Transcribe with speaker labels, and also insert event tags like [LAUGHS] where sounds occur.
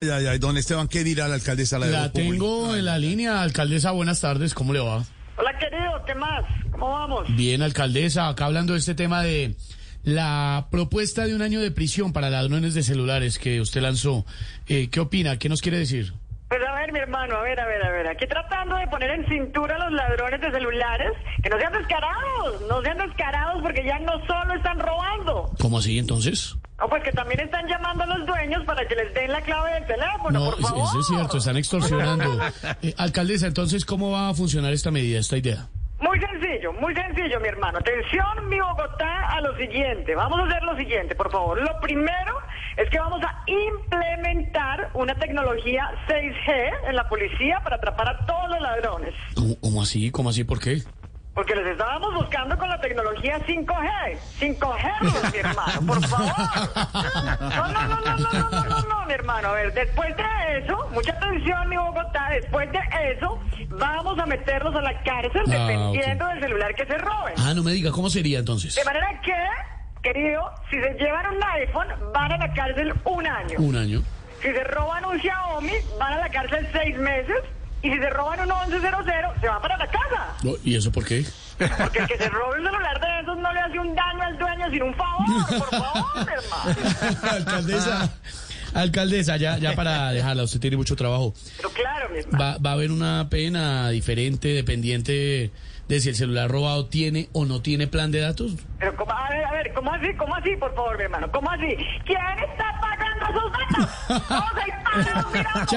Speaker 1: Ya, ya, don Esteban, ¿qué dirá la alcaldesa? La, de
Speaker 2: La
Speaker 1: Voz Populi?
Speaker 2: tengo en la línea, alcaldesa, buenas tardes, ¿cómo le va?
Speaker 3: Hola querido, ¿qué más? ¿Cómo vamos?
Speaker 2: Bien, alcaldesa, acá hablando de este tema de la propuesta de un año de prisión para ladrones de celulares que usted lanzó. Eh, ¿Qué opina? ¿Qué nos quiere decir?
Speaker 3: Pues a ver, mi hermano, a ver, a ver, a ver. Aquí tratando de poner en cintura a los ladrones de celulares, que no sean descarados, no sean descarados porque ya no solo están robando,
Speaker 2: ¿Cómo así entonces?
Speaker 3: no, pues que también están llamando a los dueños para que les den la clave del teléfono,
Speaker 2: No, es-
Speaker 3: por favor.
Speaker 2: eso es cierto, están
Speaker 3: [LAUGHS]
Speaker 2: extorsionando. Eh, alcaldesa, entonces, ¿cómo va a funcionar esta medida, esta idea?
Speaker 3: Muy sencillo, muy sencillo, mi hermano. Atención, mi Bogotá, a lo siguiente. Vamos a hacer lo siguiente, por favor. Lo primero es que vamos a implementar una tecnología 6G en la policía para atrapar a todos los ladrones.
Speaker 2: ¿Cómo, cómo así? ¿Cómo así? ¿Por qué?
Speaker 3: Porque les estábamos buscando con la tecnología 5G. 5G, mi hermano, por favor. No, no, no, no, no, no, no, no, no, mi hermano. A ver, después de eso, mucha atención, mi Bogotá, después de eso, vamos a meterlos a la cárcel
Speaker 2: Ah,
Speaker 3: dependiendo del celular que se roben.
Speaker 2: Ah, no me diga, ¿cómo sería entonces?
Speaker 3: De manera que, querido, si se llevan un iPhone, van a la cárcel un año.
Speaker 2: Un año.
Speaker 3: Si se roban un Xiaomi, van a la cárcel seis meses. Y si se roban un 1100, se va para la casa.
Speaker 2: No, ¿Y eso por qué?
Speaker 3: Porque el que se robe un celular de esos no le hace un daño al dueño, sino un favor, por favor, hermano.
Speaker 2: alcaldesa, alcaldesa, ya, ya para dejarla, usted tiene mucho trabajo.
Speaker 3: Pero claro, mi hermano.
Speaker 2: Va, va a haber una pena diferente dependiente de si el celular robado tiene o no tiene plan de datos.
Speaker 3: Pero ¿cómo? a ver, a ver, ¿cómo así? ¿Cómo así, por favor, mi hermano? ¿Cómo así? ¿Quién está pagando sus datos? ¡No se pagan, mira!